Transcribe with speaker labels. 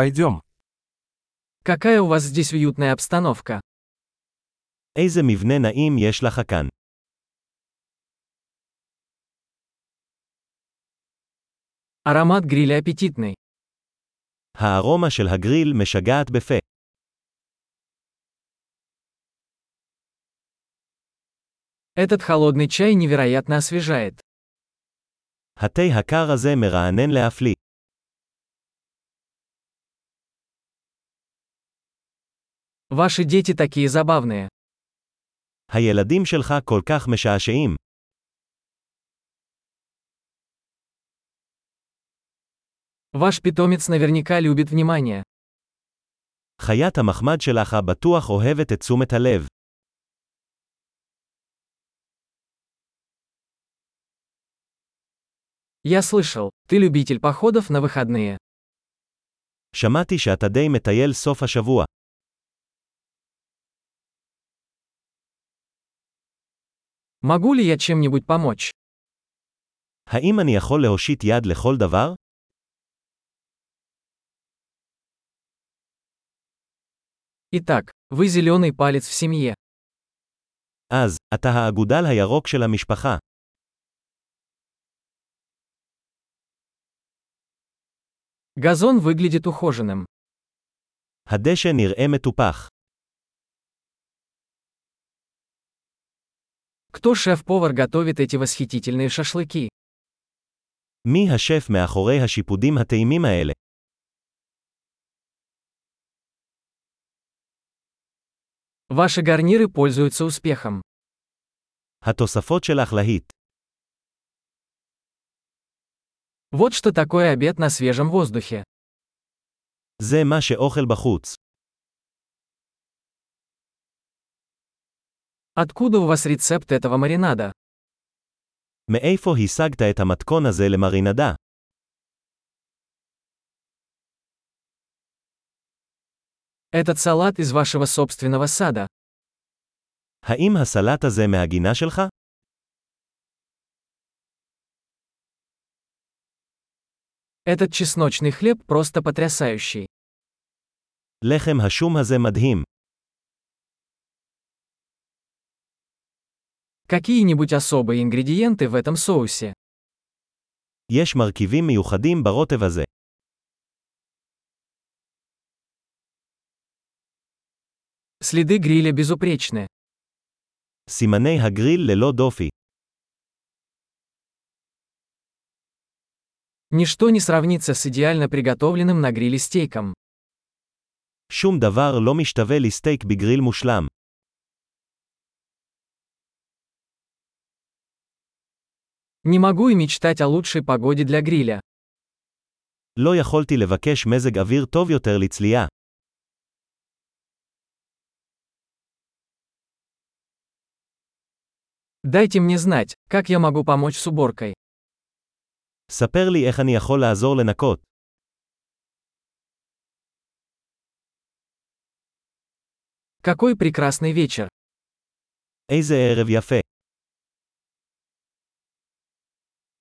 Speaker 1: Пойдем.
Speaker 2: Какая у вас здесь уютная обстановка.
Speaker 3: איזה מבנה נעים יש לך כאן.
Speaker 2: Аромат гриля аппетитный.
Speaker 3: הארומה של הגריל משגעת בפה.
Speaker 2: Этот холодный чай невероятно освежает.
Speaker 3: התה הקר הזה מרענן להפליא.
Speaker 2: Ваши дети такие забавные.
Speaker 3: הילדים שלך כל כך משעשעים.
Speaker 2: Ваш питомец наверняка любит внимание.
Speaker 3: חיית המחמד שלך בטוח אוהבת את תשומת הלב.
Speaker 2: Я слышал, ты любитель походов на выходные.
Speaker 3: שמעתי שאתה די מטייל סוף השבוע.
Speaker 2: Могу ли я чем-нибудь помочь?
Speaker 3: האם אני יכול להושיט יד לכל דבר?
Speaker 2: Итак, вы зеленый палец в семье.
Speaker 3: אז, אתה האגודל הירוק של המשפחה.
Speaker 2: Газон выглядит ухоженным.
Speaker 3: הדשא נראה מטופח.
Speaker 2: Кто шеф-повар готовит эти восхитительные шашлыки?
Speaker 3: מי השף מאחורי השיפודים הטעימים האלה?
Speaker 2: Ваши гарниры пользуются успехом.
Speaker 3: התוספות שלך להיט.
Speaker 2: Вот что такое обед на свежем воздухе.
Speaker 3: זה מה שאוכל בחוץ.
Speaker 2: Откуда у вас рецепт этого маринада?
Speaker 3: מאיפה השגת את המתכון הזה למרינדה?
Speaker 2: Этот салат из вашего собственного сада.
Speaker 3: האם הסלט הזה מהגינה שלך?
Speaker 2: Этот чесночный хлеб просто потрясающий.
Speaker 3: לחם השום הזה מדהים.
Speaker 2: Какие-нибудь особые ингредиенты в этом соусе?
Speaker 3: יש מרכיבים מיוחדים ברוטב הזה.
Speaker 2: Следы гриля безупречны.
Speaker 3: סימני הגריל ללא דופי.
Speaker 2: Ничто не сравнится с идеально приготовленным на гриле стейком.
Speaker 3: שום דבר לא משתווה לסטייק בגריל מושלם.
Speaker 2: Не могу и мечтать о лучшей погоде для гриля.
Speaker 3: לא יכולתי לבקש מזג אוויר טוב יותר לצלייה.
Speaker 2: Дайте мне знать, как я могу помочь с уборкой.
Speaker 3: ספר לי איך אני יכול לעזור לנקות.
Speaker 2: Какой прекрасный вечер.
Speaker 3: איזה ערב יפה.